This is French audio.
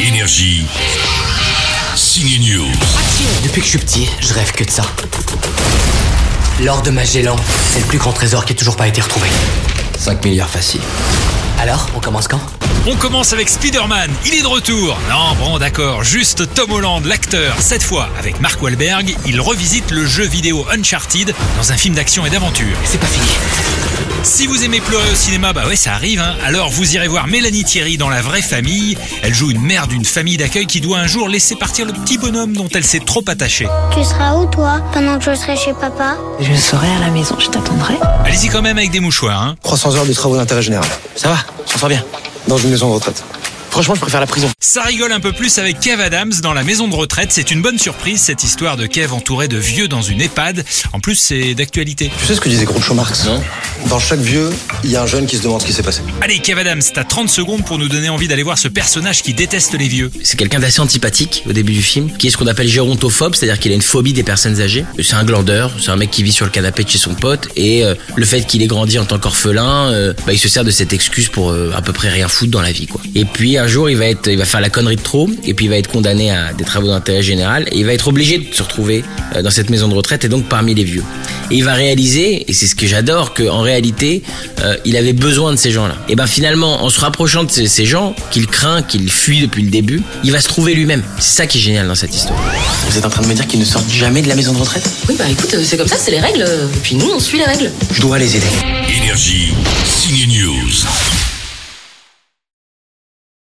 Énergie. Signe News. Depuis que je suis petit, je rêve que de ça. L'or de Magellan, c'est le plus grand trésor qui a toujours pas été retrouvé. 5 milliards facile. Alors, on commence quand On commence avec Spider-Man, il est de retour. Non, bon, d'accord, juste Tom Holland, l'acteur. Cette fois, avec Mark Wahlberg, il revisite le jeu vidéo Uncharted dans un film d'action et d'aventure. C'est pas fini. Si vous aimez pleurer au cinéma, bah ouais, ça arrive, hein. alors vous irez voir Mélanie Thierry dans La Vraie Famille. Elle joue une mère d'une famille d'accueil qui doit un jour laisser partir le petit bonhomme dont elle s'est trop attachée. Tu seras où toi pendant que je serai chez papa Je serai à la maison, je t'attendrai. Allez-y quand même avec des mouchoirs, hein. 300 heures de travaux d'intérêt général. Ça va, on sort bien. Dans une maison de retraite. Franchement, je préfère la prison. Ça rigole un peu plus avec Kev Adams dans la maison de retraite. C'est une bonne surprise, cette histoire de Kev entouré de vieux dans une EHPAD. En plus, c'est d'actualité. Tu sais ce que disait Groucho Marx Non. Dans chaque vieux, il y a un jeune qui se demande ce qui s'est passé. Allez, Kev Adams, t'as 30 secondes pour nous donner envie d'aller voir ce personnage qui déteste les vieux. C'est quelqu'un d'assez antipathique au début du film, qui est ce qu'on appelle gérontophobe, c'est-à-dire qu'il a une phobie des personnes âgées. C'est un glandeur, c'est un mec qui vit sur le canapé de chez son pote, et euh, le fait qu'il ait grandi en tant qu'orphelin, euh, bah, il se sert de cette excuse pour euh, à peu près rien foutre dans la vie, quoi. Et puis un jour, il va être, il va faire la connerie de trop, et puis il va être condamné à des travaux d'intérêt général, et il va être obligé de se retrouver euh, dans cette maison de retraite, et donc parmi les vieux. Et il va réaliser, et c'est ce que j'adore, qu'en réalité, euh, il avait besoin de ces gens-là. Et ben finalement, en se rapprochant de ces, ces gens qu'il craint, qu'il fuit depuis le début, il va se trouver lui-même. C'est ça qui est génial dans cette histoire. Vous êtes en train de me dire qu'ils ne sortent jamais de la maison de retraite Oui, bah écoute, euh, c'est comme ça, c'est les règles. Et puis nous, on suit les règles. Je dois les aider. Énergie. Signe News.